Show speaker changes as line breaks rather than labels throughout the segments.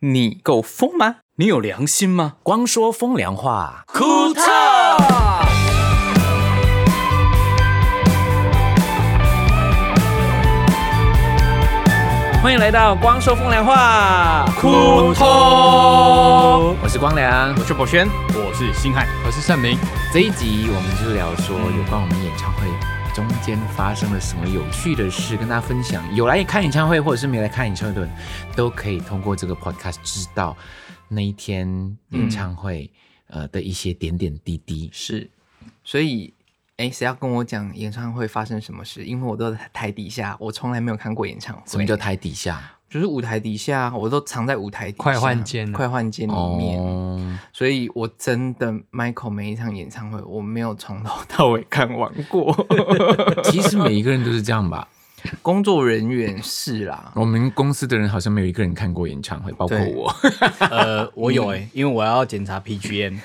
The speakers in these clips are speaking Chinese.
你够疯吗？你有良心吗？
光说风凉话，
库特。
欢迎来到光说风凉话，
库特
我是光良。
我是博轩，
我是星汉，我是盛明。
这一集我们就是聊说
嗯
有关我们演唱会中间发生了什么有趣的事，跟大家分享。有来看演唱会或者是没来看演唱会的人，都可以通过这个 podcast 知道那一天演唱会、呃的一些点点滴滴。
是，所以，哎，谁要跟我讲演唱会发生什么事？因为我都在台底下，我从来没有看过演唱会。
什么叫台底下？
就是舞台底下，我都藏在舞台底下
快换间啊
快换间里面。
哦，
所以，我真的 Michael 每一场演唱会，我没有从头到尾看完过。
其实每一个人都是这样吧。
工作人员是啦，
我们公司的人好像没有一个人看过演唱会，包括
对
我。
呃，我有哎、因为我要检查 PGM，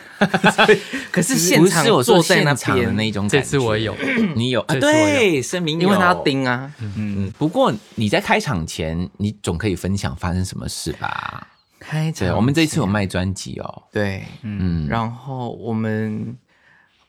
可是现场
不是我
坐
说
在
现
那
场的
边，
那种感觉，
这次我有，
你有啊？
这次我有
对，声明有
因为他。盯啊，
嗯，不过你在开场前，你总可以分享发生什么事吧？
开场
对，我们这一次有
前
卖专辑哦。
对，
嗯，
然后我们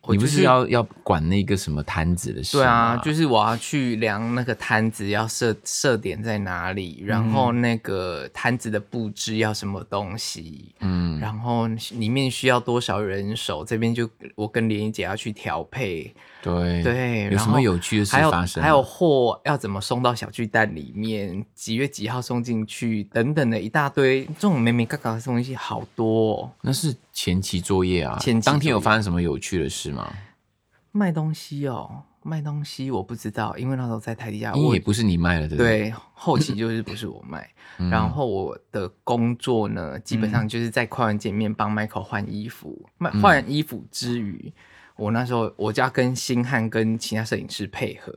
我
你不
就是
要要管那个什么摊子的事
对啊
吗，
就是我要去量那个摊子要设设点在哪里，
嗯
然后那个摊子的布置要什么东西，
嗯，
然后里面需要多少人手，这边就我跟莲姨姐要去调配，
对
对，
有
然
什
后
么有趣的事
还有
发生？
还有货要怎么送到小巨蛋里面，几月几号送进去，等等的一大堆，这种没没嘎嘎的东西好多、哦。
那是前期作业啊。
前期
当天有
作业
发生什么有趣的事吗？
卖东西哦，卖东西我不知道，因为那时候在台底下，
因
我
为也不是你卖了，对不？
对，后期就是不是我卖，
嗯
然后我的工作呢，基本上就是在快完见面帮 Michael 换衣服，卖
嗯
换完衣服之余，我那时候我就要跟星汉跟其他摄影师配合，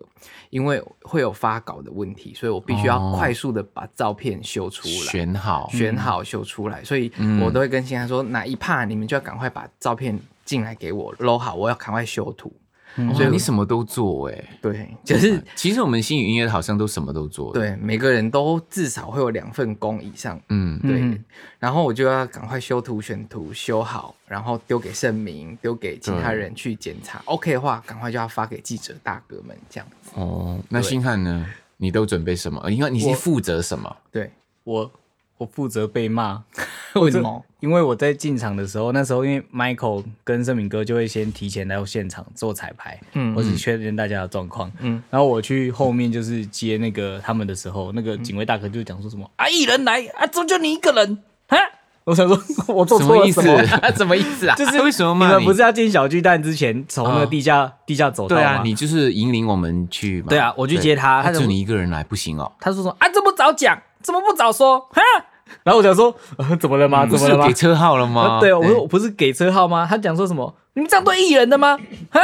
因为会有发稿的问题，所以我必须要
哦
快速的把照片修出来。
选好，
选好修出来，所以
嗯
我都会跟星汉说哪一 part 你们就要赶快把照片进来给我搂好，我要赶快修图。
所
所
以
以
你
我
什么都做哎。
对，就是
其实我们星宇音乐好像都什么都做。，
对，每个人都至少会有两份工以上。
嗯，
对，
嗯
然后我就要赶快修图、选图、修好，然后丢给盛明，丢给其他人去检查。OK 的话，赶快就要发给记者大哥们这样子。
哦，那
对
星汉呢？你都准备什么？因为你是
我
负责什么？
对，
我我负责被骂，
为什么？
因为我在进场的时候，那时候因为 Michael 跟盛敏哥就会先提前到现场做彩排，
嗯
或是确认大家的状况，
嗯
然后我去后面就是接那个他们的时候，那个警卫大哥就讲说什么、啊，一人来啊，怎么就你一个人啊？我想说， 我做
什
错
么
了
意
什
思？
么？
什么意思啊？
就是
为什么
你
骂
们不是要进小巨蛋之前从那个地下、地下走道
对啊，
吗
你就是引领我们去嘛。
对啊我去接他他
就
就
你一个人来不行哦。
他说说啊，这么早讲，怎么不早说？哈，然后我想说，呃、怎么了吗？
不
怎么
是
了吗
给？车号了吗？
啊对，我说我不是给车号吗？他讲说什么？你们这样对艺人的吗？哈，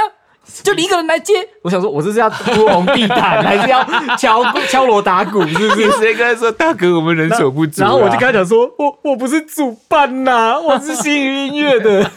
就你一个人来接？我想说，我这是要铺红地毯，还是要 敲敲锣打鼓？是不是？
谁跟他说大哥，我们人手不足啊？
然后我就跟他讲说，我我不是主办呐、我是星云音乐 的。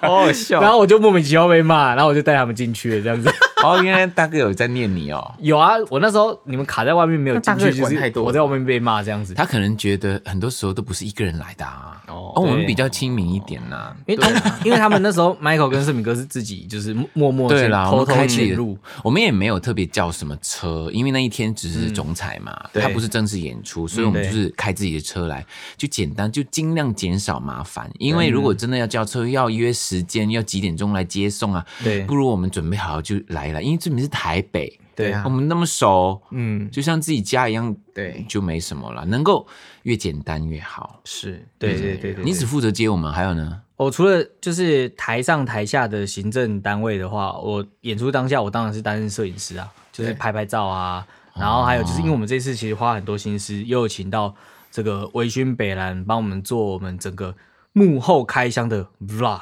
好好笑
然后我就莫名其妙被骂，然后我就带他们进去了，这样子。
哦，原来大哥有在念你哦。
有啊，我那时候你们卡在外面没有进
那大哥
去，
也
就
管太
是
多了
我在外面被骂这样子。
他可能觉得很多时候都不是一个人来的啊。
哦
哦，我们比较亲民一点呐。
因为他们，因为他们那时候 Michael 跟盛敏哥是自己就是默默地
对啦，我
偷
们
偷
开自己
潜
的
入，，
我们也没有特别叫什么车，因为那一天只是总彩嘛，
嗯对
它不是正式演出，所以我们
嗯对
就是开自己的车来，就简单，就尽量减少麻烦。因为如果真的要叫车，要约时间，要几点钟来接送啊，
对
不如我们准备好就来了，因为这里是台北，
对啊
我们那么熟，
嗯，
就像自己家一样，
对，
就没什么了，能够越简单越好。
是，
对对对对。
你只负责接我们，还有呢？
我除了就是台上台下的行政单位的话，我演出当下我当然是担任摄影师啊，就是
对
拍拍照啊，
哦
然后还有就是因为我们这次其实花很多心思，又有请到这个微醺北兰帮我们做我们整个幕后开箱的 vlog。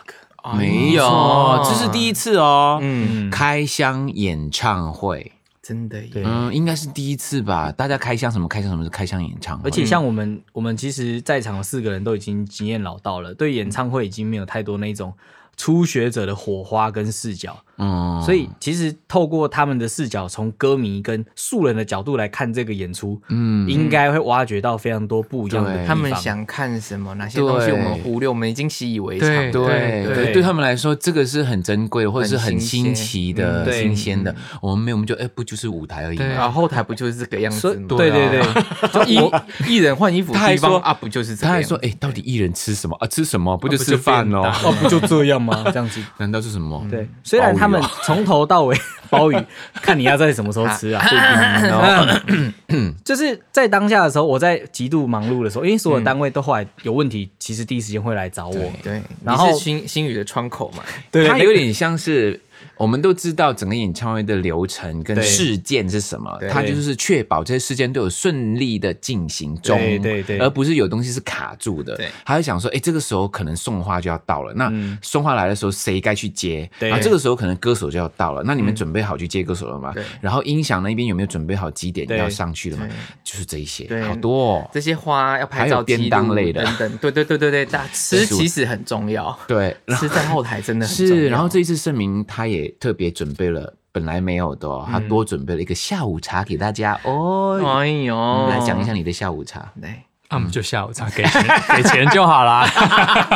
没有
哎，呦
这是第一次哦。
嗯，
开箱演唱会，
真的耶，
嗯，应该是第一次吧。大家开箱什么开箱什么是开箱演唱会，
而
嗯
且像我们，我们其实在场的四个人都已经经验老道了，对演唱会已经没有太多那种初学者的火花跟视角。
哦
嗯
所以其实透过他们的视角，从歌迷跟素人的角度来看这个演出，
嗯
应该会挖掘到非常多不一样的
对
地方。
他们想看什么，哪些东西
对
我们忽略，我们已经习以为常。
对
对
对
对，对他们来说，这个是很珍贵的，或者是很
很
新
新鲜
奇的、
嗯
对
新鲜的。我们没有，我们就哎，不就是舞台而已
对
吗？
然啊后后台不就是这个样
所
子
以
吗？
对对对，
就艺艺人换衣服
他还
地
说
方啊，不就是这
他
个样
还
子
说，哎，到底艺人吃什么啊？吃什么？不就吃饭哦？
哦，不就这样吗？这样子。
难道是什么？
对，虽然他们从头到尾 鲍鱼，看你要在什么时候吃啊。就是在当下的时候，我在极度忙碌的时候，因为所有单位都后来有问题，其实第一时间会来找我。
对，
然
然
后
后新新宇的窗口 嘛，
对
它有点像是我们都知道整个演唱会的流程跟
对
事件是什么，
对
它就是确保这些事件都有顺利的进行中，
对对对
而不是有东西是卡住的
对。
他会想说，哎，这个时候可能送花就要到了，那送花来的时候谁该去接？啊
对
然后这个时候可能歌手就要到了，那你们准备好去接歌手了吗
对？
然后音响那边有没有准备好几点
对
要上去了吗
对？
就是这一些，
对
好多哦。
这些花要拍
还有
照、
便当
记录
类的
等等，对对对对对， 大吃
是
其实很重要，
对，
吃在后台真的很重要
是，然后这一次盛明他也特别准备了本来没有的、哦，他多准备了一个下午茶给大家哦。
哎
我
呦，哎
们来讲一下，你的下午茶，
对，
啊，我们就下午茶给钱，给钱就好啦。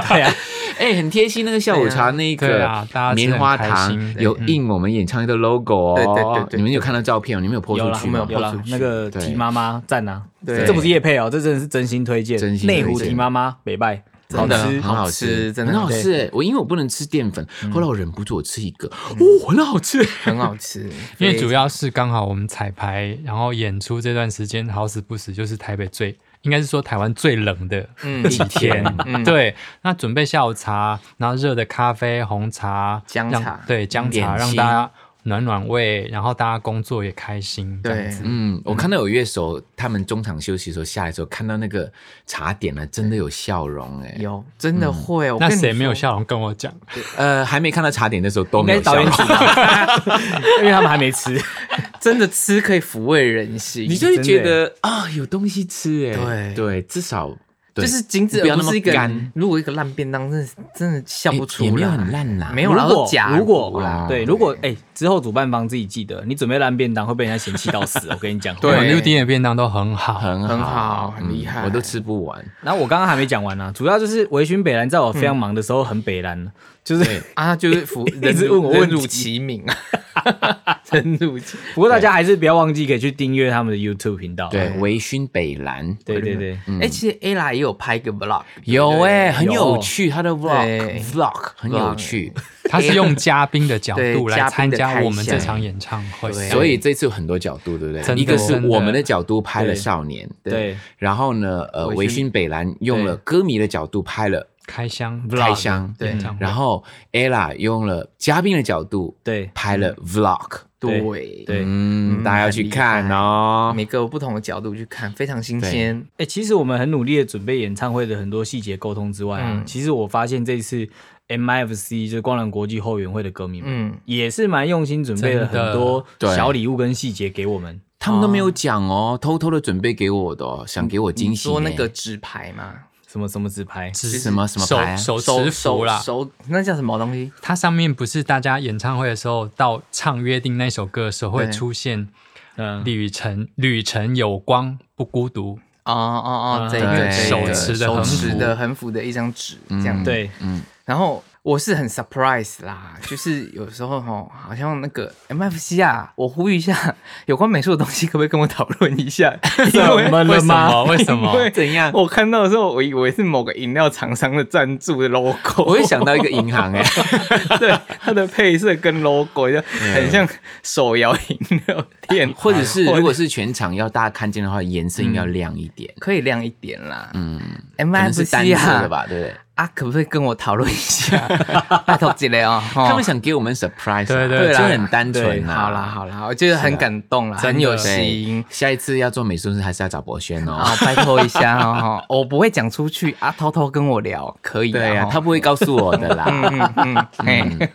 对啊，
哎、很贴心那个下午茶、那一
对
个
啊大家吃得
棉花
很开
糖
心对
有印我们演唱会的 logo 哦。
对对对对对
你们有看到照片哦？你们有 po
有
出
啦
去吗？
有啦，那个
对
提妈妈赞啊，
对
这不是叶配哦，这真的是真心推荐
真心。推
内
荐
湖提妈妈北拜，
真的
啊很好
好吃真的
很好
好吃
吃哎！我因为我不能吃淀粉，后来我忍不住我吃一个，哦，很好吃。
很好 吃，
因为
非
主要是刚好我们彩排，然后演出这段时间，好死不死就是台北最，应该是说台湾最冷的
嗯
几天。
嗯
对，那准备下午茶，然后热的咖啡、红茶、
姜
让
茶
对姜
点
茶，让
心
大家暖暖胃，然后大家工作也开心。这样
对
子，
嗯，我看到有乐手他们中场休息的时候下来之后，看到那个茶点呢，真的有笑容哎。
有真的会，
嗯
我
那
跟你
谁没有
说？
笑容跟我讲？
呃，还没看到茶点的时候都
应
没
该
有
是导
笑
演
容
请的，因为他们还没吃。
真的吃可以抚慰人心，
你就会觉得啊、有东西吃哎，
对
对，至少对
就是精致，
不要
而
那
不
么
是一个
干。
如果一个烂便当，真的真的笑不出来，
也没有很烂啦，
没
有
有啦，
如果
都假
如果
啦，
对，如果哎之后主办方自己记得，你准备烂便当会被人家嫌弃到死，我跟你讲。
对
六点的便当都很好。
很好
很
嗯
好很厉害
我都吃不完。
然后我刚刚还没讲完呢、主要就是微醺北兰在我非常忙的时候很北兰，就是。
啊，他就是 服
一直
人辱
问我问
人辱
题
其名 啊，人辱其
不过大家还是不要忘记可以去订阅他们的 YouTube 频道。
对，微醺北蓝
对对对，
哎、其实 A 拉也有拍一个 vlog，
有哎，很
有
有趣，他的 vlog
对
vlog 很有趣，
他是用嘉宾的角
对
度来
嘉宾
参
的
加
开
我们这
箱
场演唱会，
对
所以这次有很多角度，对不对？
真的
一个是
真的
我们的角度拍了
对
少年，
对，
然后呢，呃，微
微醺
醺北蓝用了歌迷的角度拍了
开箱
开箱，
对
演唱会
然后 Ella 用了嘉宾的角度，
对
拍了 vlog，
对
对
嗯，大家要去看哦。
每个不同的角度去看，非常新鲜。
哎、其实我们很努力的准备演唱会的很多细节沟通之外啊，
嗯
其实我发现这次 MFC 就是光良国际后援会的歌迷们、
嗯，
也是蛮用心准备了
真的
很多
对
小礼物跟细节给我们。
他们都没有讲哦，偷偷的准备给我的，哦，想给我惊喜呢。
说那个纸牌嘛，
什么什么纸牌，
是
什么什么
手
牌啊
手
手
持服啦，
手那叫什么东西？
它上面不是大家演唱会的时候到唱约定那首歌的时候会
对
出现
嗯，
旅程旅程有光不孤独，
哦哦哦，这
对
个
手
啊持的
手
横
持
幅
的横幅的一张纸这样。，
对，
然后我是很 surprise 啦， 就是有时候哈，好像那个 MFC 啊，我呼吁一下，有关美术的东西可不可以跟我讨论一 下？因为
么
为什么？为什
因
么
为？
怎样？
我看到的时候，我以为是某个饮料厂商的赞助的 logo，
我会想到一个银行哎，
对它的配色跟 logo 就很像手摇饮料店，
或者是如果是全场要大家看见的话，颜色应该要亮一点，
可以亮一点啦。嗯
可能是哦单
，MFC
色
啊
的，吧，对不对？
啊，可不可以跟我讨论一 下？拜托几类哦，哦
他们想给我们 surprise，
对对
啊
对
就
啦
很单
对
纯啊。
好啦好啦，我觉得很感动啦，
真的
很有
对
心。
下一次要做美术师还是要找博轩哦。
啊，拜托一下 哦，我不会讲出去啊，偷偷跟我聊可以的哦。
对呀，啊他不会告诉我的啦。
嗯嗯 嗯，哎，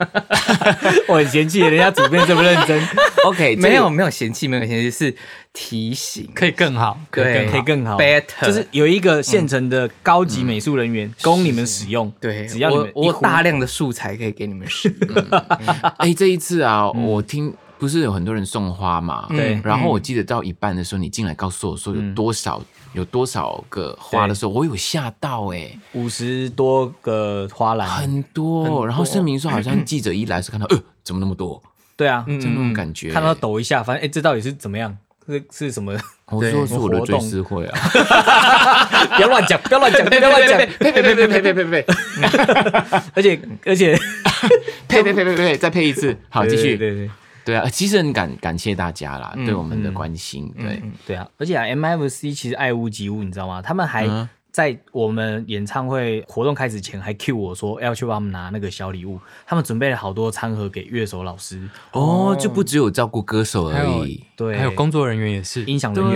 我很嫌弃人家主编这么认真，
OK，这里
没有没有嫌弃，没有嫌弃，是提醒。
可以更好，可以
对
更
可以
好。
更好
Better
就是有一个现成的高级美术人员供你们使用。
对，
只要你
我
们一
我
呼
大量的素材可以给你们使用。
哎、这一次啊，我听不是有很多人送花嘛，
嗯对嗯
嗯
然后我记得到一半的时候，你进来告诉我说有多少、有多少个花的时候，我有吓到哎、
五十多个花篮，
很多。然后盛明说，好像记者一来是 看到，呃，怎么那么多？
对啊，
就那种感觉。
看到抖一下，反正哎，这到底是怎么样？是是什么？
我说是我的
活
追
动
思会啊！
不要乱讲，不要乱讲，不要乱讲。
呸呸呸呸呸呸呸呸
而且而且，
呸呸呸呸呸！再配一次，好，继
对嗯
续。
对对
对啊，其实很感感谢大家啦，对我们的关心。对，
对啊！而且啊，MFC 其实爱屋及乌，你知道吗？他们还
嗯
在我们演唱会活动开始前还 cue 我说要去帮他们拿那个小礼物，他们准备了好多餐盒给乐手老师，
哦，就不只有照顾歌手而已，
对，
还有工作人员也是，
音响人
对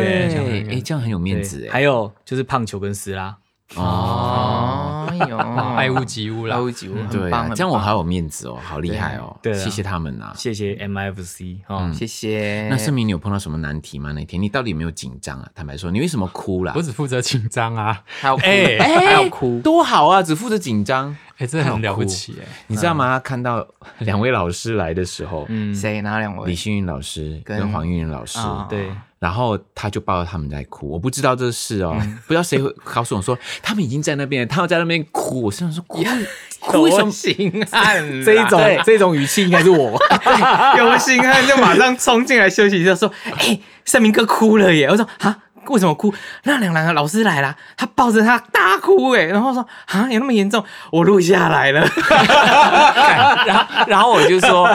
员，，
哎，这样很有面子
对还
哎。
有就是胖球跟斯拉，
哦，
哦，哎呦，
爱屋及乌啦
爱。屋及乌，
对
很
啊
棒，，
这样我
很
好
棒
有面子哦，好厉害哦，
对啊
谢谢他们呐。
谢谢 MFC 哦，
谢谢。
那盛明，你有碰到什么难题吗？那天你到底有没有紧张啊？坦白说，你为什么哭啦
我？只负责紧张啊，
还有哭
哎
还有哭，
多好啊，只负责紧张。
哎，这很了不起哎，
你知道吗？看到两位老师来的时候，嗯，
谁哪两位
李？星云老师
跟
跟黄韵云老师，
啊
对，
然后他就抱着他们在哭，我不知道这事哦，
嗯
不知道谁会告诉我说他们已经在那边了，他们在那边哭，我心想说哭哭什
有
么？
心汉啦
这一种这一种语气应该是 我，
有心汉就马上冲进来休息一下，说：“哎、盛明哥哭了耶！”我说：“啊，为什么哭？那两两个老师来啦，他抱着他大哭哎，然后说：‘啊，有那么严重？’我录下来了。
然后然后我就说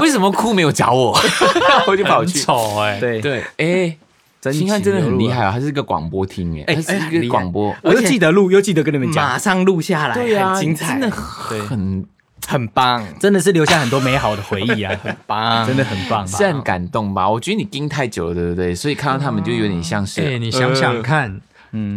为什么哭没有找我， 我就跑
很
去。
丑哎，
对，
对，哎、
真
星汉
情
真的
流
很
露
厉
啊
害啊，他是一个广播厅哎，
哎
他
哎
是
很
一
厉
个
害
广播，
我又
而且
记得录，又记得跟你们
马
讲，
上录下来，
对啊，
很精彩，
真的
对
很
很棒，
真的是留下很多美好的 回忆啊，很
棒，
真的很棒。
是很感动吧？我觉得你盯太久了，对不对？所以看到他们就有点像是，
哎、你想想看，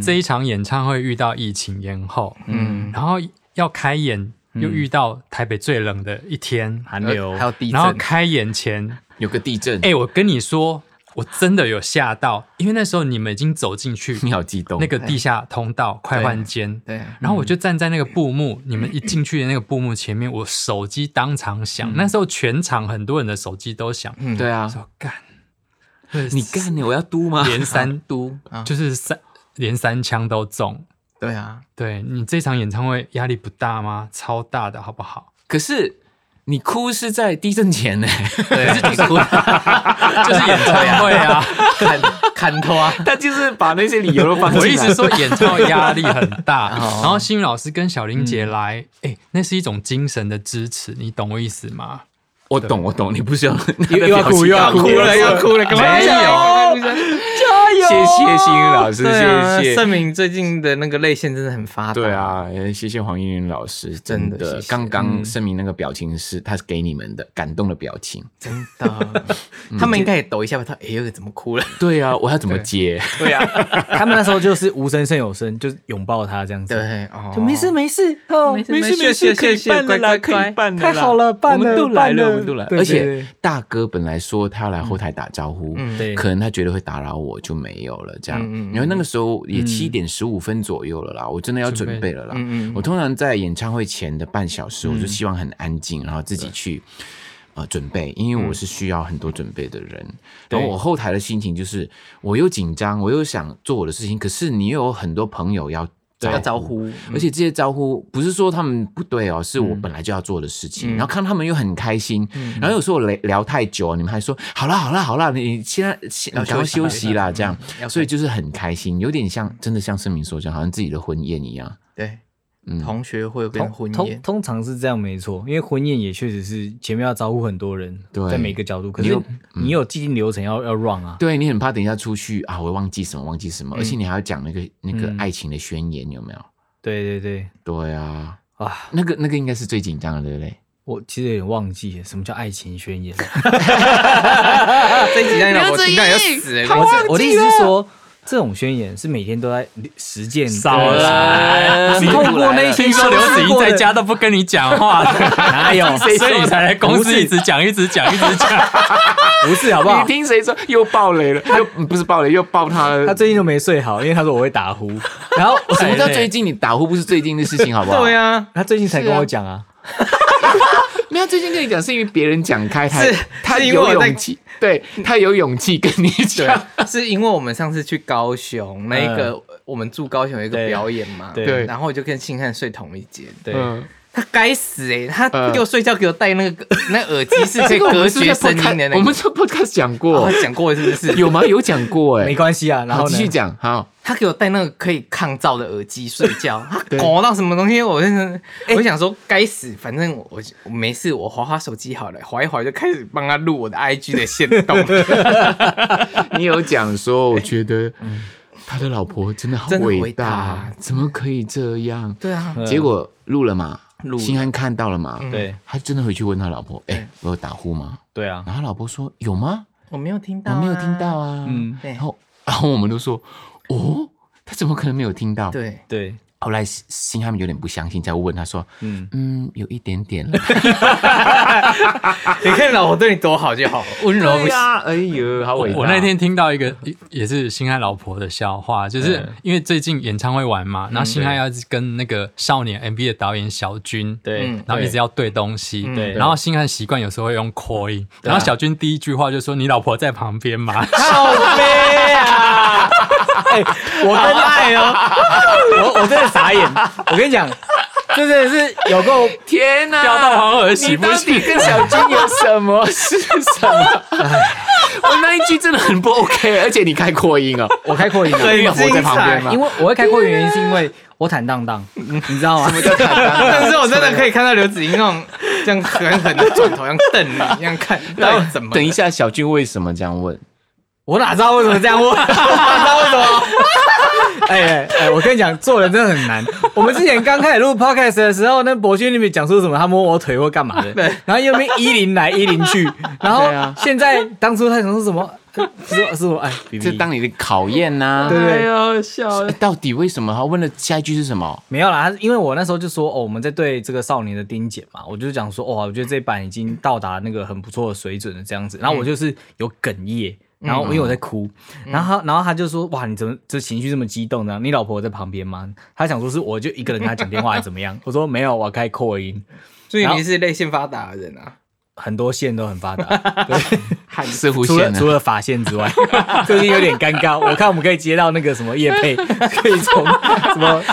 这一场演唱会遇到疫情延后，
嗯，
然后要开演又遇到台北最冷的一天，
寒流，
呃还有地
然后
震，
开演前，
有个地震，
哎、我跟你说，我真的有吓到，因为那时候你们已经走 进去
你好激动，
那个地下通道快换间。
对，啊
然后
嗯
我就站在那个布幕，你们一进去的那个布幕前面，我手机当场
嗯
响。那时候全场很多人的手机都响，
嗯
对啊，
说干，
你干你，我要嘟吗？
连三
嘟，
啊
就是三连三枪都中，
对啊，
对你这场演唱会压力不大吗？超大的，好不好？
可是你哭是在地震前呢，
对啊，
就是演唱会啊，
砍砍头啊，
他就是把那些理由都放进
我
来。
一直说演唱会压力很 大。
哦
然后星云老师跟小玲姐来，哎，那是一种精神的支持，你懂我意思吗？
我懂，我懂，你不需要
又又要哭又要
哭
哭
了，
又要
哭了，
没
没有，
有，
谢谢星云老师，
对啊，
谢谢
盛。明最近的那个泪腺真的很发达，
对，啊，呃谢谢黄依云老师，真
真的
的
谢，谢
刚刚声明那个表情是他是给你们的感动的表情。
真 的，他们应该也抖一下吧？他哎呦，怎么哭了？
对啊， 我要怎么接？
对啊，
他们那时候就是无声胜有声，就是拥抱他这样子。
对，哦，
就没事没事哦，
没事
没
没事谢
事，
谢
可以
谢谢
办了啦，
乖乖
可以
乖
办了
太
啦，
好
了，
我们都来了，我们都来了。而
而
且
且
大哥本来说他来后台打招呼，
嗯
对
可能他觉得会打扰我，就没有了这样。
嗯嗯嗯嗯
因为那个时候也七点十五分左右了啦，我真的要准备了啦。
嗯嗯嗯嗯
我通常在演唱会前的半小时，我就希望很安静，然后自己去。呃，准备，因为我是需要很多准备的
嗯
人。然后我后台的心情就是，我又紧张，我又想做我的事情，可是你又有很多朋友要
打个招呼，
而且这些招呼不是说他们不对哦，是我本来就要做的事情。然后看他们又很开心，然后有时候我聊聊太久，你们还说好啦好啦好啦，你现在先
要
赶快休
休息
息啦，这样，
要
所以就是很开心，有点像真的像声明说这样，好像自己的婚宴一样。
对
嗯，
同学会跟
通
婚
通
宴，
通常是这样没错，因为婚宴也确实是前面要招呼很多人，
对
在每个角度，可
你
是
有嗯
你有既定流程要要 run 啊，
对你很怕等一下出去啊，我忘记什么忘记什么，而且你还要讲那个那个爱情的宣言有没有？
对对对
对啊，
啊，
那个那个应该是最紧张的，对不对？
我其实有点忘记了什么叫爱情 宣言，
啊
这几张我听到要死
欸
了，
我我的意思是说，这种宣言是每天都在实践的，
少来
你透过那些
听说刘子
试
怡
过
在
的
家都不跟你讲话 的，
哪有？
所以你才来公司一直讲，一直讲，一直讲。
不是好不
你
好？
听谁说又爆雷了？又不是爆雷，又爆他了。
他最近都没睡好，因为他说我会打呼，然后
什么叫最近？你打呼不是最近的事情，好不好？
对啊，
他最近才跟我讲啊，
没有，最近跟你讲是因为别人讲开，他
是
他
是因为
有
我在
勇气，对他有勇气跟你讲。
是因为我们上次去高雄那一个，我们住高雄有一个
对
表演嘛，
嗯
对
啊对
然后我就跟庆汉睡同一间，
对，
嗯，
他该死哎、他
呃
给我睡觉给我戴那个 那耳机是可
这
以
个我
隔
们是不
绝
是
声
在
音的那
podcast
个，
我们这 podcast 讲过
哦，他讲过是不是？
有吗？有讲过
没
哎。
关系啊。然
好，
后
继
呢
续？讲。好，
他给我戴那个可以抗噪的耳机睡觉， 他搞到什么东西，我真的，欸我想说该死，反正我我我没事，我划划手机好了，划一划就开始帮他录我的 IG 的线动，
你有讲说，我觉得他的老婆真的好
真的
伟
伟
大
大，
怎么可以这样？
对 啊，
嗯
结果录了嘛，
录了
新安看到了嘛，
对
他真的回去问他老婆，哎
对，
我有打呼吗？
对啊，
然后他老婆说有吗？
我没有听到、
哦我没有听到，啊。
嗯
对
然后 然后我们都说，哦，他怎么可能没有听到？
对，
对，
后来新新他们有点不相信，再问他说：“
嗯，
嗯，有一点点了。
啊你看老婆对你多好就 好，温柔不
对
行，
呀、哎呦，好伟大！
我那天听到一个也也是新爱老婆的笑话，就是
嗯
因为最近演唱会完嘛，然后新爱要跟那个少年 MV 的导演小军，
对
嗯，
然后一直
要
要对东西，
嗯
对，
然后星汉习惯有时候会用 coin，
啊
然后小军第一句话就说：“你老婆在旁边吗
靠背啊！哎，我跟爱哦，我我真的傻眼，我跟你讲，这真的是有够
天哪、？”
掉到黄河洗
你
不
到底
去。
跟小军有什么是什么？ 我那一句真的很不 OK，而且你开扩 音啊、哦，
我开扩音啊，
你老婆在旁边吗
因？为我会开扩音，原因是因为我坦荡荡，你知道吗？
但是我真的可以看到刘子英那种这样狠狠的转头，像瞪你一样 看，到底怎么了
等一下，小军为什么这样问？
我哪知道为什么 这样问？我哪知道为什么？哎哎哎！我跟你讲，做人真的很难。我们之前刚开始录 podcast 的时候，那博君那边讲出什么，他摸我腿或干嘛的，然后又边一零来一零去，然后
对啊
现在当初他想说什么，说是我哎，比
这
比
当你的考验呐、
对对对，
呦，笑
哎！到底为什么？他问了下一句是什么？
没有啦，他因为我那时候就说哦，我们在对这个少年的丁检嘛，我就讲说哦哇，我觉得这一版已经到达那个很不错的水准了这样子，然后我就是有哽咽。然后因为我在哭，然后他然后他就说哇你怎么这情绪这么激动呢？你老婆在旁边吗？他想说是我就一个人跟他讲电话还是怎么样？我说没有，我开扩音，
所以你是泪腺发达的人啊，
很多线都很发达，
汉似乎
除了
现
除了法线之外，最近有点尴尬。我看我们可以接到那个什么叶配，可以从什么、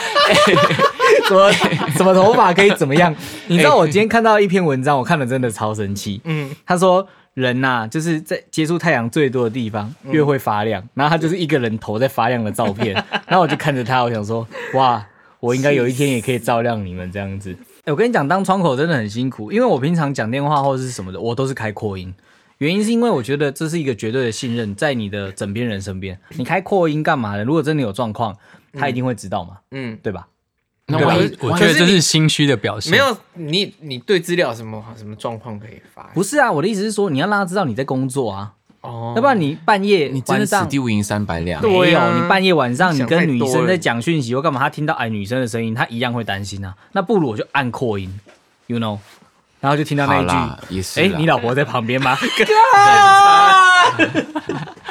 什么什么头发可以怎么样？你知道我今天看到一篇文章，我看了真的超生气。
嗯，
他说人呐、就是在接触太阳最多的地方越会发亮，然后他就是一个人头在发亮的照片，然后我就看着他，我想说，哇，我应该有一天也可以照亮你们这样子。哎我跟你讲，当窗口真的很辛苦，因为我平常讲电话或者是什么的，我都是开扩音。原因是因为我觉得这是一个绝对的信任，在你的枕边人身边，你开扩音干嘛呢？如果真的有状况，他一定会知道嘛，
嗯。
对吧？
那
我
万一
我觉
可
得
是
这
你
是心虚的表现。
没，有你，你对资料有什么什么状况可以发？
不是啊，我的意思是说，你要让他知道你在工作啊，
哦
要不然你半夜
你真
晚
的
上
死地无银三百两。
没
对
有，
啊
你半夜晚上你
想
跟
太
女
多
生
了
在讲讯息或干嘛，她听到哎女生的声音，她一样会担心啊。那不如我就按扩音，you know，然后就听到啊那
好
一
啦
句，，
也是
哎、
啦
你老婆在旁 边吗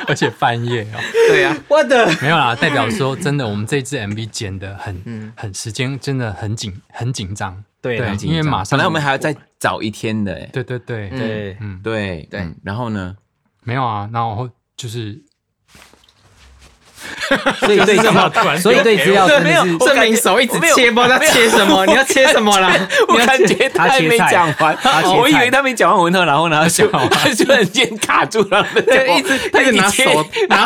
而且半夜哦，
对啊，
？What the？
没有啦，代表说真的，我们这支 MV 剪的很很时间真的很紧很紧张。
对啦
对
很，紧
因为
张
马上
本来我们还要再早一天的，哎，
对对对
嗯
对，
嗯，
对
对
嗯然后呢？
没有啊，然后就是
所以对资料，所以对资啊料真
没
的
有
是
证明手一直切，不知道切什么，你要切什么啦？
我感觉
他
还
切
没
菜
讲完
他，切
我以
菜
为他没讲完文特，然后呢，他就他就突然间卡住了，
就一直他一直拿手 拿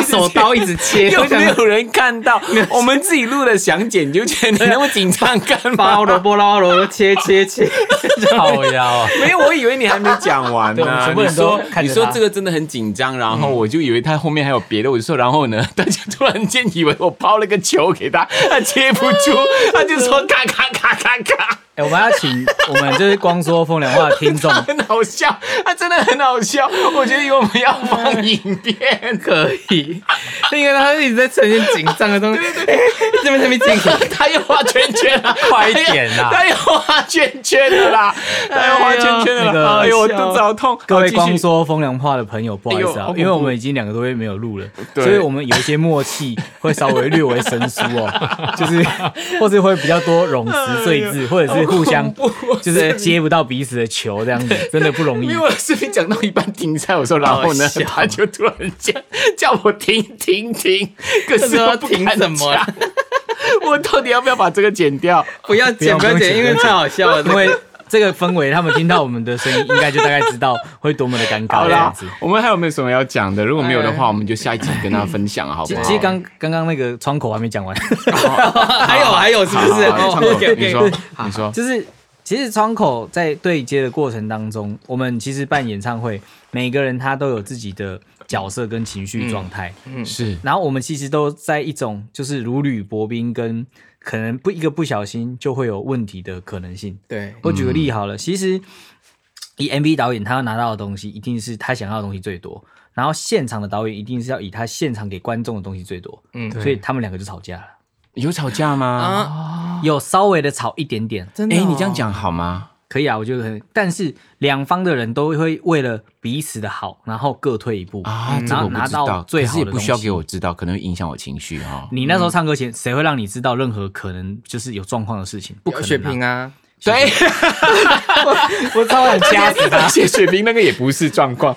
手 刀一直切，
又
我想
没有人看到，我们自己录的详解，你就觉得你那么紧张干嘛？
包萝卜捞萝卜切切切，
好呀哦，
没有，我以为你还没讲完
对我们
呢。
全部
你
人都
说
看
你
着
说
他嗯
这个真的很紧张，然后我就以为他后面还有别的，我就说然后 呢，他就突然间以为我抛了个球给他，他接不住，他就说咔咔咔咔咔。
哎、哎、我们要请我们就是光说风凉话的听众，
很好笑，他真的很好笑。我觉得我们要放影 片，可以。
因为他一直在呈现紧张的东西，这边这边紧张，
他又画圈圈了，
快一点啦
他又画圈圈了啦，他又画圈圈
哎
了啦。
那个
哎呦，我肚子好痛。
各
好
位
继续
光说风凉话的朋友，不好意思
哎呦好
啊
恐，怖
因为我们已经两个多月没有录了，
对
所以我们有一些默契会稍微略微生疏哦，就是或者会比较多冗
哎
词赘字，或者是互相就是接不到彼此的球这样子，真的不容易
哦因为。我的视频讲到一半停下来，我说然后呢
好笑，
他就突然叫叫我停停停，可是我不敢
这时候停什么
讲
啊？
我到底要不要把这个剪掉？
不要剪，
不
不
要
要剪，因为太好笑了。
因为这个氛围，他们听到我们的声音，应该就大概知道会多么的尴尬
好
这样
啦
子。，
我们还有没有什么要讲的？如果没有的话，我们就下一集跟大家分享，好
其
不好？
其实刚刚刚那个窗口还没讲完，
还有还有，是不是？
好好好
，OK OK，
你说，你说，
就是其实窗口在对接的过程当中，我们其实办演唱会，每个人他都有自己的角色跟情绪状态，
是
然后我们其实都在一种就是如履薄冰，跟可能不一个不小心就会有问题的可能性。
对，
我举个例好了，其实以 MV 导演他要拿到的东西，一定是他想要的东西最多，然后现场的导演一定是要以他现场给观众的东西最多，
嗯
所以他们两个就吵架了，
有吵架吗？
有稍微的吵一点点，
啊真哦
哎，你这样讲好吗？
可以啊，我觉得很，但是两方的人都会为了彼此的好，然后各退一步嗯
啊，这
然
个
后
我不
拿
知道，
到最
可是
好
也
的
不
东
需要
西。
给我嗯知道，可能会影响我情绪哈。
你那时候唱歌前，谁会让你知道任何可能就是有状况的事情？不
不
可
可
能、啊。
血拼啊，
对，
我超想掐死
而
他！
且水瓶那个也不是状况，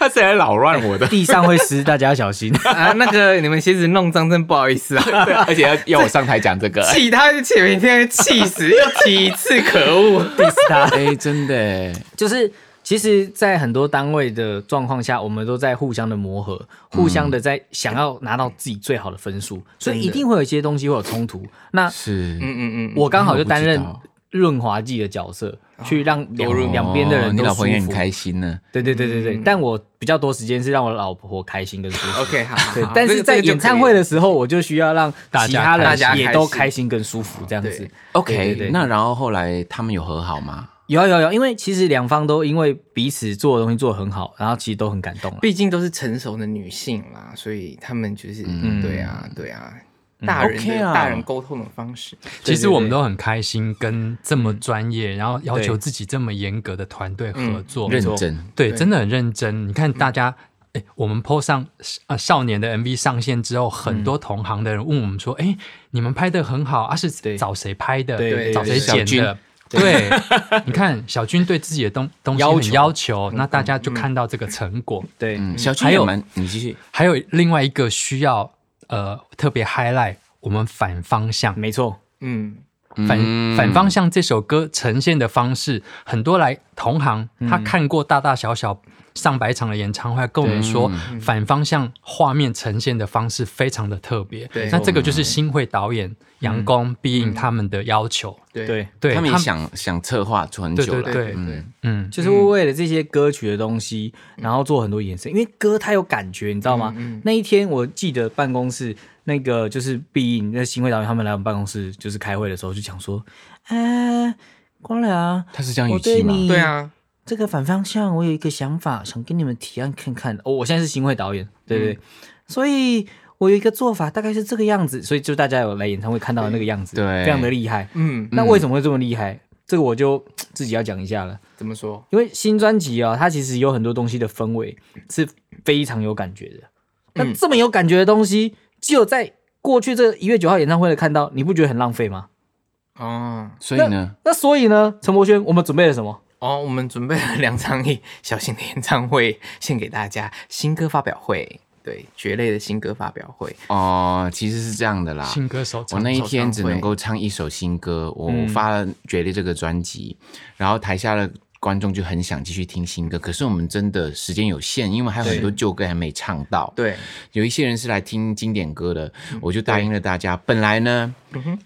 他是来扰乱我的，
地上会湿，大家要小心。
啊，那个你们鞋子弄脏，真不好意思啊。
对而且要要我上台讲 这个。
气他前面天气死，又提一次，可 恶！
哎，真的哎，
就是其实，在很多单位的状况下，我们都在互相的磨合，互相的在想要拿到自己最好的分数，所以一定会有一些东西会有冲突。那
嗯是哦
嗯嗯嗯，
我刚好就担任
哎我不知啊
润滑剂的角色，去让两两边的
哦
人
你
都
老
舒
婆也很
服。
开心呢。
对对对对对，但我比较多时间是让我老婆开心跟舒 服。
OK 好，
对，但是在演唱会的时候，我就需要让
大
其
家
他
开心
人也都开心跟舒服这样子
对。
对
OK，
对
那然后后来他们有和好吗？
有啊有啊有啊，因为其实两方都因为彼此做的东西做得很好，然后其实都很感动了。
毕竟都是成熟的女性啦，所以她们就是，
嗯
对啊，对啊，
嗯
大人
OK
的
啊
大人沟通的方式，
其
对
实
对
我们都很开心跟这么专业，然后要求自己这么严格的团队合作，
认真，
对，真的很认真。你看
嗯
大家，哎、我们 PO 上呃少年的 MV 上线之后，很
嗯
多同行的人问我们说：“哎、你们拍的很好啊，是
对
找谁拍的？
对对
找谁
对
小
剪的？”对， 你看小军对自己的东东西
要
很
求
要求，那大家就看到这个成果。
对，
嗯，小军
还
也
有
蛮，你继续。
还有另外一个需要呃特别 highlight，我们反方向，
没错，
嗯，
反
嗯
反方向这首歌呈现的方式，很多来同行，他看过大大小小上百场的演唱会，跟我们说反方向画面呈现的方式非常的特别
对。
那这个就是新会导演杨工、毕竟他们的要求，
对
对，
对
他们也想想策划做很
对
久
对
了，
对，
对
嗯，
就是会为了这些歌曲的东西，然后做很多延伸，因为歌它有感觉，你知道
嗯
吗？那一天我记得办公室那个就是毕颖、那新会导演他们来我们办公室就是开会的时候就讲说，哎，光良，
他是这样语
我
气
哦对
吗？
你
对啊，
这个反方向，我有一个想法，想跟你们提案看看。哦，我现在是新会导演，对不
嗯
对？所以我有一个做法，大概是这个样子，所以就大家有来演唱会看到的那个样子，
对
非常的厉害。
嗯，
那为什么会这么厉害？这个我就自己要讲一下了。
怎么说？
因为新专辑啊，它其实有很多东西的氛围是非常有感觉的。
嗯
那这么有感觉的东西，只有在过去这一月九号演唱会的看到，你不觉得很浪费吗？
哦
所以呢，
那所以呢，陈柏轩，我们准备了什么？
哦，我们准备了两场小型的演唱会，献给大家新歌发表会，对，蕨类的新歌发表会，
哦，其实是这样的啦。
新歌手
我
掌
那一
手
天
上
只
会嗯
能够唱一首新歌，我发了《决裂》这个专辑，然后台下的观众就很想继续听新歌，可是我们真的时间有限，因为还有很多旧歌还没唱到。
对，
有一些人是来听经典歌的，我就答应了大家。本来呢，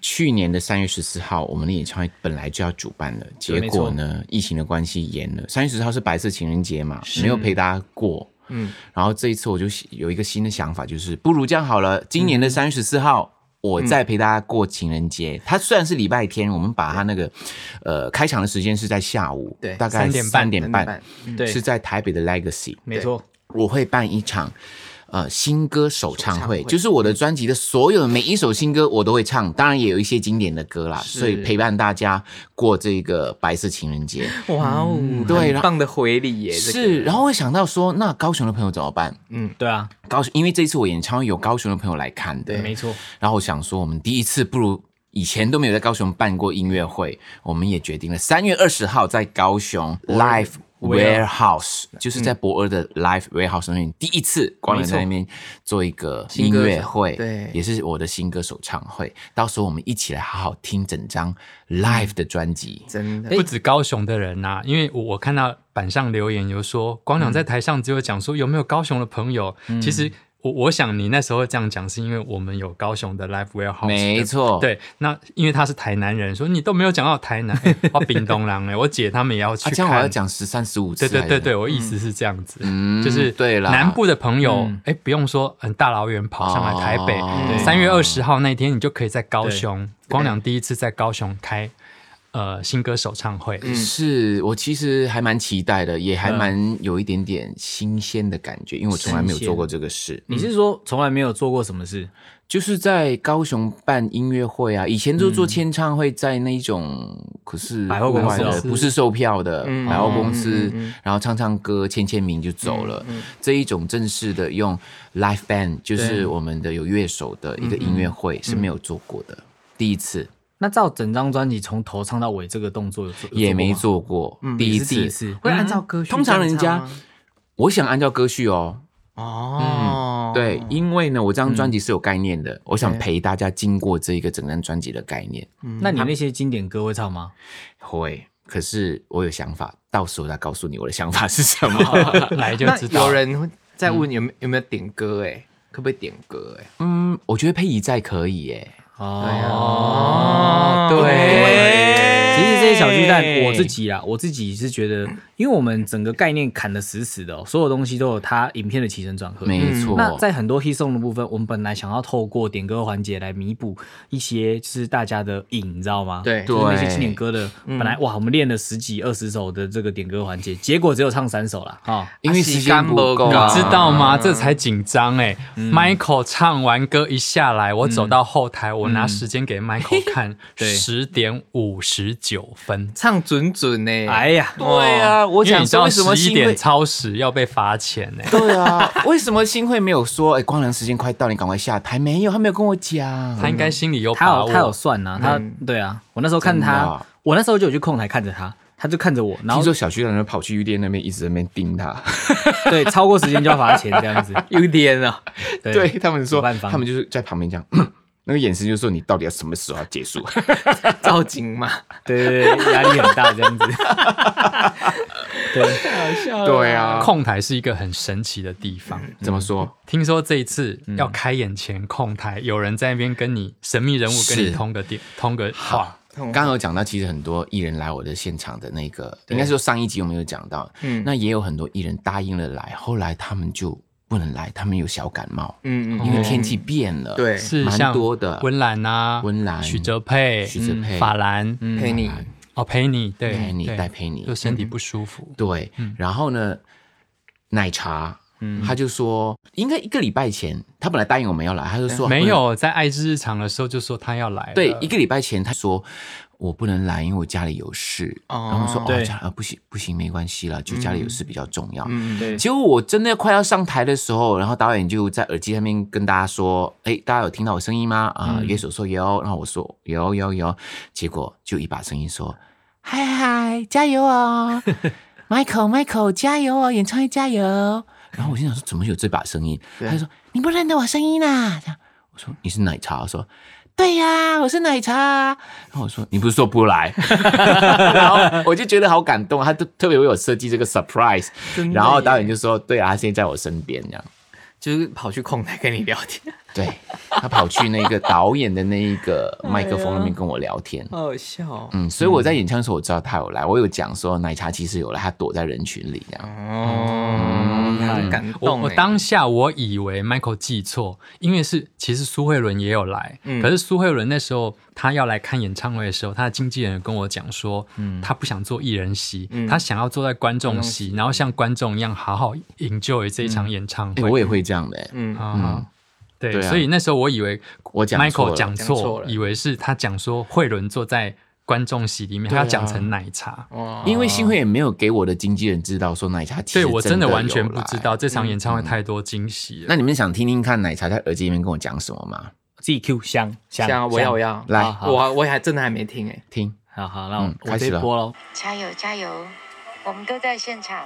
去年的三月十四号，我们的演唱会本来就要主办了，结
没
果
错
呢，疫情的关系延了。三月十四号是白色情人节嘛，没有陪大家过。
嗯
嗯然后这一次我就有一个新的想法，就是不如这样好了，今年的三月十四号。我在陪大家过情人节。它虽然是礼拜天，我们把它那个呃开场的时间是在下午，
对
大概
3:30
三点
真的
半，
办
对，
是在台北的 Legacy。
没错，
我会办一场呃新歌首唱
首
会，
唱会
就是我的专辑的所有的每一首新歌我都会唱，当然也有一些经典的歌啦，
是
所以陪伴大家过这个白色情人节。
哇哦，
嗯对然
很
后
棒的回礼耶，这个
是，然后会想到说，那高雄的朋友怎么办？
对啊，
高雄，因为这次我演唱会有高雄的朋友来看的，
没错，
然后我想说，我们第一次不如以前都没有在高雄办过音乐会，我们也决定了三月二十号在高雄 Live Warehouse，就是
嗯
在博尔的 Live Warehouse 那边第一次光良在那边做一个音乐会，
新歌手对
也是我的新歌手唱会。到时候我们一起来好好听整张 Live 的专辑。
真的
不止高雄的人呐、因为我我看到板上留言有说，光良在台上只有讲说有没有高雄的朋友，其实。我我想你那时候这样讲，是因为我们有高雄的 Live Warehouse，
没错，啊
对，那因为他是台南人，说你都没有讲到台 南，欸哇，冰东郎哎，我姐他们也要去
啊，
看。
这样我要讲十三十五次
对
还是，
对对对，我意思是这样子，
嗯
就是
对啦
南部的朋友，哎，不用说，嗯，大老远跑上来台北
哦，
对
三月二十号那天，你就可以在高雄，光良第一次在高雄开呃新歌首唱会，
嗯是我其实还蛮期待的，也还蛮有一点点新鲜的感觉，因为我从来没有
新鲜
做过这个事。
你是说从来没有做过什么事？
就是在高雄办音乐会啊，以前就做签唱会，在那一种可是
百货公司哦
户外的不是售票的
嗯
百货公司，然后唱唱歌、签签名就走了。这一种正式的用 live band，就是我们的有乐手的一个音乐会是没有做过的，第一次
那照整张专辑从头唱到尾这个动作有做
也没，
有
做过，第
过吗
一
是
次。
第一次，
会按照歌曲这
嗯通
样唱
常
吗，
人家我想按照歌序哦，
哦，
对，因为呢，我这张专辑是有概念的，我想陪大家经过这一个整张专辑的概念。
那你那些经典歌会唱吗？
会，可是我有想法，到时候再告诉你我的想法是什么。
来就
那
知道
有。人会在问有没有没有点歌哎，可不可以点歌哎？
嗯，我觉得配仪在可以耶。哎
哦，对，其实这些小巨蛋，
哎
我自己啊啦，我自己是觉得，因为我们整个概念砍得死死的、哦，所有东西都有它影片的起承转合。
没错，
那在很多 hit song 的部分，我们本来想要透过点歌环节来弥补一些就是大家的瘾，你知道吗？
对
就是那些
对
经典歌的，本来哇，我们练了十几二十首的这个点歌环节，结果只有唱三首啦。啊。
因为时间不够
你
啊，
知道吗？这才紧张哎！Michael
嗯
唱完歌一下来，我走到后台，我
嗯
拿时间给 Michael 看，
对
十点五十九分。
唱准准呢，
哎呀，
对啊，我
因为
想
你知
说
道
为什么
十一
新
点
会？
超时要被罚钱欸呢、
对啊，为什么新会没有说？哎，光良时间快到，你赶快下台。没有，他没有跟我讲。
他应该心里有
他
把
有
握。
他有算呐、他、对啊，我那时候看
真
他，
的啊
我那时候就有去控台看着他，他就看着我，然
听
后
说小区的人跑去玉店那边一直在那边盯他，
对超过时间就要罚钱这样子，
有点啊，
对
对他们说
主办，方
他们就是在旁边这样， 那个眼神就说你到底要什么时候要结束？
造景嘛，
对对对，压力很大这样 子，对，
对啊，
控台是一个很神奇的地方。
怎么说？
听说这一次
嗯
要开演前控台，有人在那边跟你神秘人物跟你
是
通个电通个话，
刚刚有讲到，其实很多艺人来我的现场的那个，应该说上一集我们有讲到，
嗯
那也有很多艺人答应了来，后来他们就不能来，他们有小感冒，
嗯
因为天气变了。
对
是
哎蛮
像
多的
温岚啊、
温岚
许哲佩、
许哲佩嗯
法兰，
陪你
哦，陪你，对，
陪你
对
戴佩妮
就身体不舒服，
对，然后呢，奶茶。他就说，应该一个礼拜前，他本来答应我们要来，他就说
没有在爱之日常的时候就说他要来了，
嗯
啊
对，一个礼拜前他说我不能来，因为我家里有事。
哦
然后我说哦，
对
家啊不行不行，没关系啦，就家里有事比较重要。
嗯
对
结果我真的快要上台的时候，然后导演就在耳机上面跟大家说：“哎，大家有听到我声音吗？”啊、
嗯
乐手说有，然后我说有有有，结果就一把声音说：“嗨嗨，加油 哦，Michael Michael 加油哦，演唱会加油。”哦然后我心想说：“怎么有这把声音？”
对
他就说：“你不认得我声音啊啦、这样我说：“你是奶茶。”我说。对呀、我是奶茶。然后我说：“你不是说不来？” 然后我就觉得好感动，啊他特特别为我设计这个 surprise。
真的耶
然后导演就说：“对啊，他现在在我身边这样。
就是跑去控台跟你聊天，”
对他跑去那个导演的那一个
哎
麦克风那边跟我聊天。
好好笑哦。
嗯，所以我在演唱的时候我知道他有来，我有讲说奶茶其实有来，他躲在人群里这样。
哦，
嗯
很感
我
动
我
欸。
当下我以为 Michael 记错，因为是其实苏慧伦也有来，
嗯
可是苏慧伦那时候她要来看演唱会的时候，她的经纪人跟我讲说，
嗯
她不想做艺人席，她想要坐在观众席，然后像观众一样好好 enjoy 这一场演唱
哎、
会。
我也会这样的、欸，
嗯，
啊，对，
对啊
所以那时候我以为
我讲错
Michael
了
讲
讲错
错，
了
以为是他讲说慧伦坐在观众席里面，
啊
他要讲成奶茶。
哇，
因为幸会也没有给我的经纪人知道说奶茶其实
哦对我真
的
的
有
完全不
来嗯
知。道这场演唱会太多惊喜了
那。你们想听听看奶茶在耳机里面跟我讲什么吗？
自己 Q 香香
想我要我要，啊
来
好好
我我还真的还没听哎，
听，
好好，那我
嗯
我
开始
这一
了
波喽。
加油加油！我们都在现场，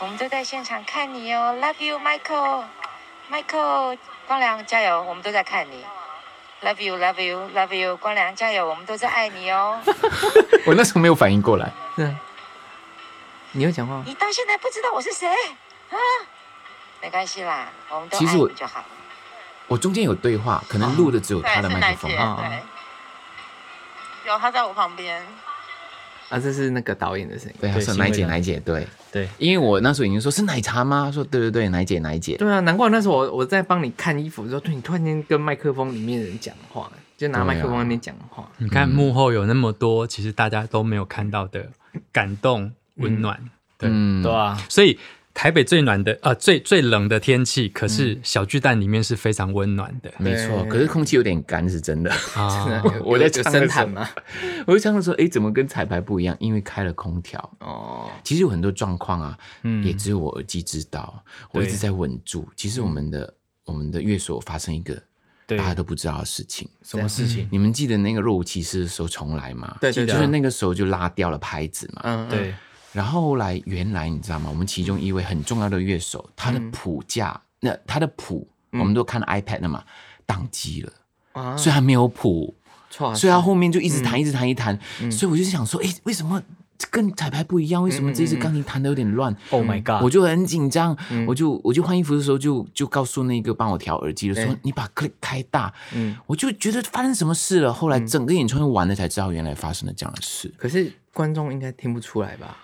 我们都在现场看你哦，Love you Michael，Michael，光良加油，我们都在看你，Love you Love you Love you，光良加油，我们都在爱你哦。
我那时候没有反应过来。
你会讲话？
你到现在不知道我是谁啊？没关系啦，我们都
其
爱
实我
你就好了。
我中间有对话，可能录的只有他的麦克风。哦
啊
对，有他在我旁边。
啊，这是那个导演的声音。
对，他
对
说
新
奶
会
姐
的
奶姐，对
对，
因为我那时候已经说是奶茶吗？他说对对对，奶姐奶姐。
对啊，难怪那时候我我在帮你看衣服的时候，对你突然间跟麦克风里面的人讲话，就拿麦克风那边讲话。
你看幕后有那么多，其实大家都没有看到的感动、温暖。对，
嗯，
对啊，
所以台北最暖的呃最最冷的天气，可是小巨蛋里面是非常温暖的
没错。
对
可是空气有点干，是真的。
啊。
真的有
我在
有有
唱的
深
时候
谈嘛。
我就想说，哎，怎么跟彩排不一样？因为开了空调。
哦，
其实有很多状况啊，
嗯
也只有我耳机知道，我一直在稳住。其实我们的我们的乐手发生一个
对
大家都不知道的事情。
什么事情？
你们记得那个若无其事的时候重来吗？
对对
就
对
啊
是那个时候就拉掉了拍子嘛。
嗯，嗯，
对，
然后后来原来你知道吗？我们其中一位很重要的乐手，他的谱架，那他的谱，
嗯
我们都看 iPad 了嘛，宕机了，
啊，
所以他没有谱，
哦
错，啊
所以他后面就一直
嗯
弹，一直弹，一直弹。所以我就想说，哎，为什么跟彩排不一样？为什么这次钢琴弹的有点乱？
嗯 Oh my
嗯
god！嗯
我就很紧张，我就我就换衣服的时候就就告诉那个帮我调耳机的说
对，
你把 click 开大，
嗯
我就觉得发生什么事了。后来
嗯
整个演唱会完了才知道，原来发生了这样的事。
可是观众应该听不出来吧？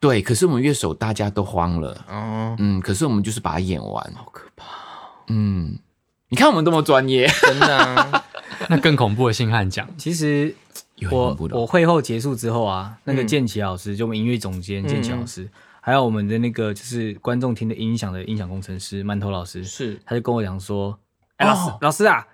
对，可是我们乐手大家都慌了，
哦，
嗯，可是我们就是把它演完，
好可怕，
嗯，你看我们多么专业，
真的啊。
那更恐怖的星汉奖，
其实
有很
我
恐怖的哦
我会后结束之后啊，那个
嗯
建奇老师，就我们音乐总监建奇老师，还有我们的那个就是观众厅的音响的音响工程师馒头老师，
是
他就跟我讲说：“哎、老师、
哦
老师啊，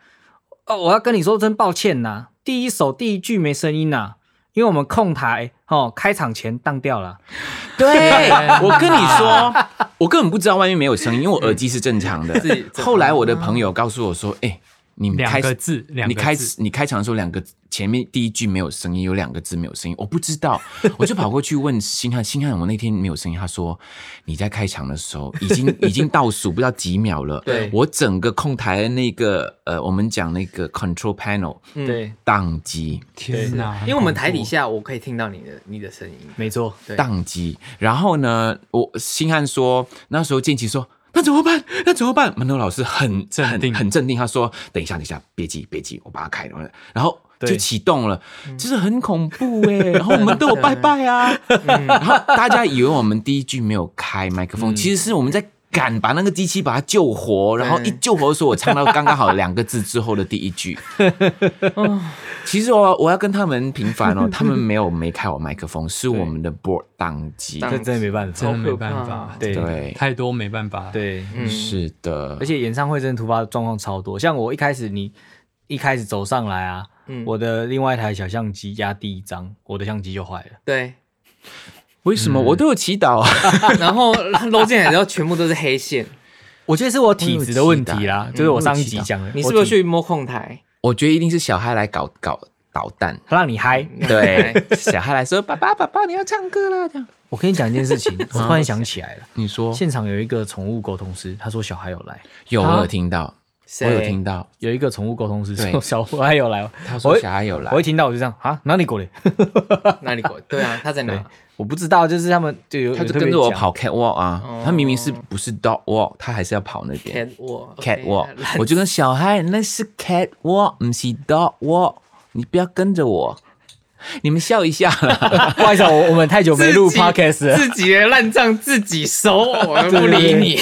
哦，我要跟你说声抱歉呐、第一首第一句没声音呐、因为我们控台哦，开场前当掉了。
对，
哎
我跟你说，我根本不知道外面没有声音，因为我耳机是正常的
己。
后来我的朋友告诉我说，哎、你
两
开
个字两
你
个
开
字
始你开场的时候，两个前面第一句没有声音，有两个字没有声音，我不知道，我就跑过去问星汉，星汉，我那天没有声音，他说你在开场的时候已经已经倒数不知道几秒了，
对
我整个控台的那个呃，我们讲那个 control panel
嗯
对，
宕机，
天哪！
因为我们台底下我可以听到你的你的声音，
没错，
对
宕机。然后呢，我星汉说，那时候建奇说。那怎么办？那怎么办？门头老师很
镇定
很很镇定。他说：“等一下，等一下，别急，别急，我把它开了。”然后就
对
启动了，就是很恐怖哎、然后我们都有拜拜啊，然后大家以为我们第一句没有开麦克风，其实是我们在赶把那个机器把它救活。然后一救活的时候，我唱到刚刚好两个字之后的第一句。哦其实我我要跟他们平反哦，他们没有没开我麦克风，是我们的 board 宕机。
当
这真的没办法，
真的没办
好可
法
怕，啊
对
对
太多没办法。，
对，
嗯
是的，
而且演唱会真的突发状况超多，像我一开始你一开始走上来啊，
嗯
我的另外一台小相机压第一张，我的相机就坏了。
对。
为什么我都有祈祷？啊
然后搂进来之后，全部都是黑线。
我觉得是我体质的问题
我有
啦
期，待
就是嗯我上一
我
集
有期待
讲的，
你是不是
我体
去摸控台？
我觉得一定是小孩来搞搞捣蛋。
让你嗨？
对，小孩来说：“爸爸，爸爸，你要唱歌了。”这样
我跟你讲一件事 情，我突然想起来了，
你说
现场有一个宠物沟通师，他说小孩有来，
有我有听到，我
谁
有听到，
有一个宠物沟通师
对
说小孩有来，
他
我
说
一
小孩有来
我一，听到我就这样啊，哪里过来？
哪里过？对啊，他在
对
哪？，
我不知道，就是他们就有
他
有
就
特别
跟着我
讲
跑 catwalk 啊，
哦
他明明是不是 dog walk，他还是要跑那边
catwalk
catwalk。我就跟小孩，那是 catwalk，不是 dog walk，你不要跟着我。 你们笑一下啦，
不好意思啊，我我们太久没录 podcast 了。
自己的烂账自己收，我都不理你。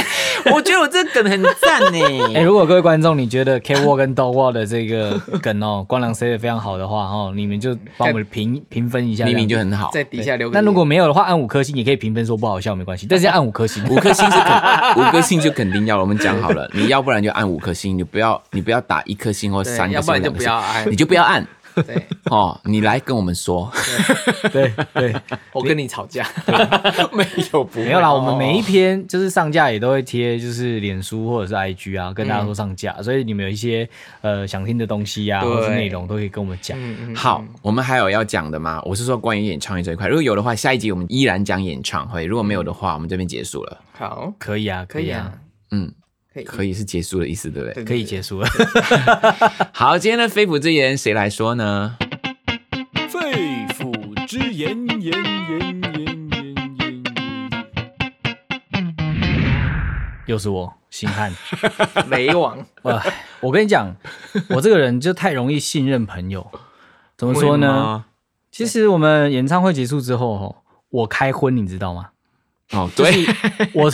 我觉得我这个梗很赞呢。
哎、如果各位观众你觉得 K Walk 跟 Dog Walk 的这个梗哦，光良 say 的非常好的话哦，你们就帮我们评评分一下，
明明就很好，
在底下留个
那
言。
如果没有的话，按五颗星也可以评分说不好笑没关系，但是要按五颗 星。
五颗星是肯，五颗星就肯定要了。我们讲好了，你要不然就按五颗星，你不要你不要打一颗星或
对
三颗
要不
星，
然就
两颗
不
星
要按
你。就不要按
对，
哦。你来跟我们说，
对对，
我跟你吵架。
没有不
没有
哦
啦，我们每一篇就是上架也都会贴，就是脸书或者是 IG 啊，跟
嗯
大家说上架，所以你们有一些呃想听的东西啊，
对
或是内容都可以跟我们讲。
嗯，嗯
好，我们还有要讲的
嗯
吗？我是说关于演唱会这一块，如果有的话，下一集我们依然讲演唱会；如果没有的话，我们这边结束了。
好，
可以啊，
可
以
以啊，
啊，
嗯，
可以，
可
以，
以是结束的意思，对不对？
可以结束了。
好，今天的肺腑之言谁来说呢？
肺腑之言，言言言言
嗯
言言。
又是我，星汉。
束。雷 王，
哇，我跟你讲，我这个人就太容易信任朋友。怎么说
啊
呢？其实我们演唱会结束之后，哦，我开荤，你知道吗？
哦，对，
我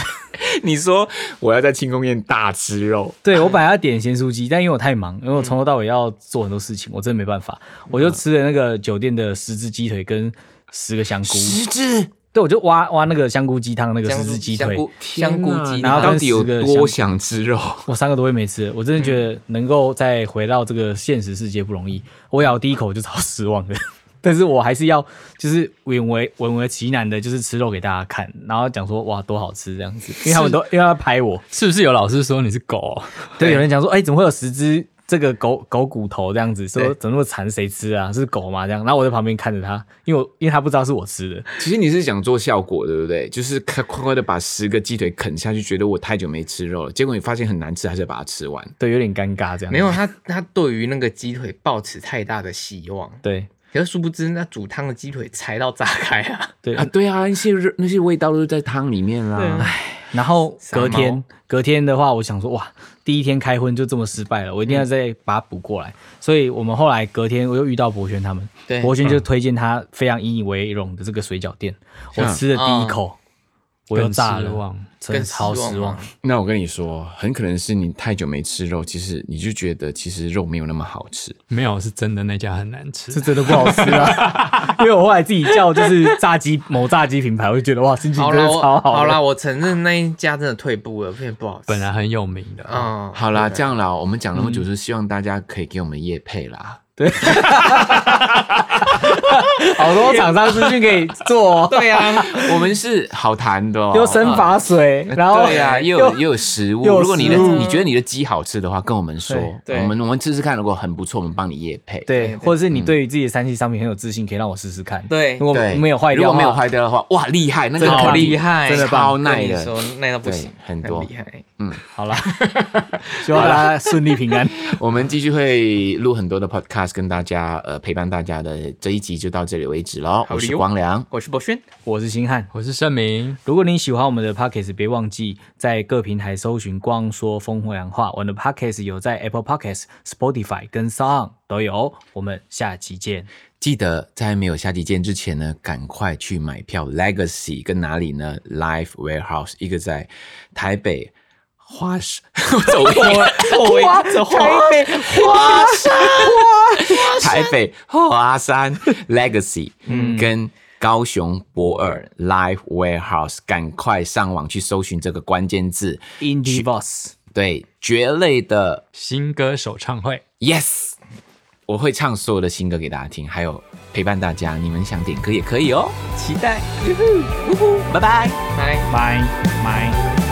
你说我要在庆功宴大吃肉，
对我本来要点咸酥鸡，但因为我太忙，因为我从头到尾要做很多事情，我真的没办法，
嗯
我就吃了那个酒店的十只鸡腿跟十个香菇。
十只
对，我就挖挖那个香菇鸡汤那个十只鸡
香
腿，
菇香菇鸡，
然后
到
跟
底有
十个
多
香
想吃肉？
我三个多月没吃了，我真的觉
嗯
得能够再回到这个现实世界不容易。我咬第一口就超失望的， 但是我还是要就是勉为勉为其难的，就是吃肉给大家看，然后讲说哇多好吃这样子，因为他们都因为他们拍我，
是不是有老师说你是狗哦、
对，有人讲说，哎、怎么会有十只这个狗狗骨头这样子？说
对
怎么那么馋，谁吃啊？是狗吗？这样，然后我在旁边看着他，因为我因为他不知道是我吃的，
其实你是想做效果，对不对？就是快快快的把十个鸡腿啃下去，觉得我太久没吃肉了，结果你发现很难吃，还是把它吃完。
对，有点尴尬这样。
没有，啊他，他对于那个鸡腿抱持太大的希望，
对
可是殊不知那煮汤的鸡腿柴到炸开 啊！
对、
啊，对啊，那些肉那些味道都是在汤里面啊啦。
然后
傻
隔天
猫
隔天的话，我想说，哇，第一天开荤就这么失败了，我一定要再把它补过来。所以我们后来隔天我又遇到博轩他们，
对
博轩就推荐他非常引以为荣的这个水饺店，我吃了第一口，我又
更失
炸了，真
望。
的
嗯哦更
超
失望
失望
吗。
那我跟你说，很可能是你太久没吃肉，其实你就觉得其实肉没有那么好吃。
没有，是真的那家很难吃
是。真的不好吃啊。因为我后来自己叫就是炸鸡某炸鸡品牌，我就觉得哇，心情
好
真的
啦，
超
我
好的。
好啦，我承认那一家真的退步了，变得不好吃。
本来很有名的，
嗯，
好啦，这样啦，我们讲那么久，是希望大家可以给我们叶配啦。
好多厂商资讯可以做、哦，
对啊，
我们是好谈的、哦，
有生
啊
发水，然后
对呀、啊又有又有食物。
又有
如果你的
食物
你觉得你的鸡好吃的话，跟我们说，
对对
我们我们试试看，如果很不错，我们帮你夜配。
对，或者是你对于自己的三 C 商品很有自信，可以让我试试看。
对
如果
对，
没有坏掉，
如果没有，坏掉的话，哇，厉害，那个
真的
肯定
好厉
害
真的
棒
超耐
跟你说
的。
耐到不行
对，很多
厉害。
好啦， 希望大家顺利平安。
我们继续会录很多的 podcast，跟大家呃陪伴大家的这一集就到这里为止喽。
好
我是
哟
光良，
我是博轩，
我是星汉，
我是盛明，
如果您喜欢我们的 Podcast，别忘记在各平台搜寻“光说风凉话”。我们的 Podcast 有在 Apple Podcast、Spotify 跟 s o n g 都有哦。我们下期见。
记得在没有下集见之前呢，赶快去买票。Legacy 跟哪里呢？Live Warehouse，一个在台北花市， 我走偏了。
我走
台北华山 Legacy，跟高雄博尔 Live Warehouse，赶快上网去搜寻这个关键字，
Indie Boss，
对，蕨类的
新歌手唱会。
Yes，我会唱所有的新歌给大家听，还有陪伴大家，你们想点歌也可以哦，期待，呜呼，呜呼，拜拜。
来。
拜拜。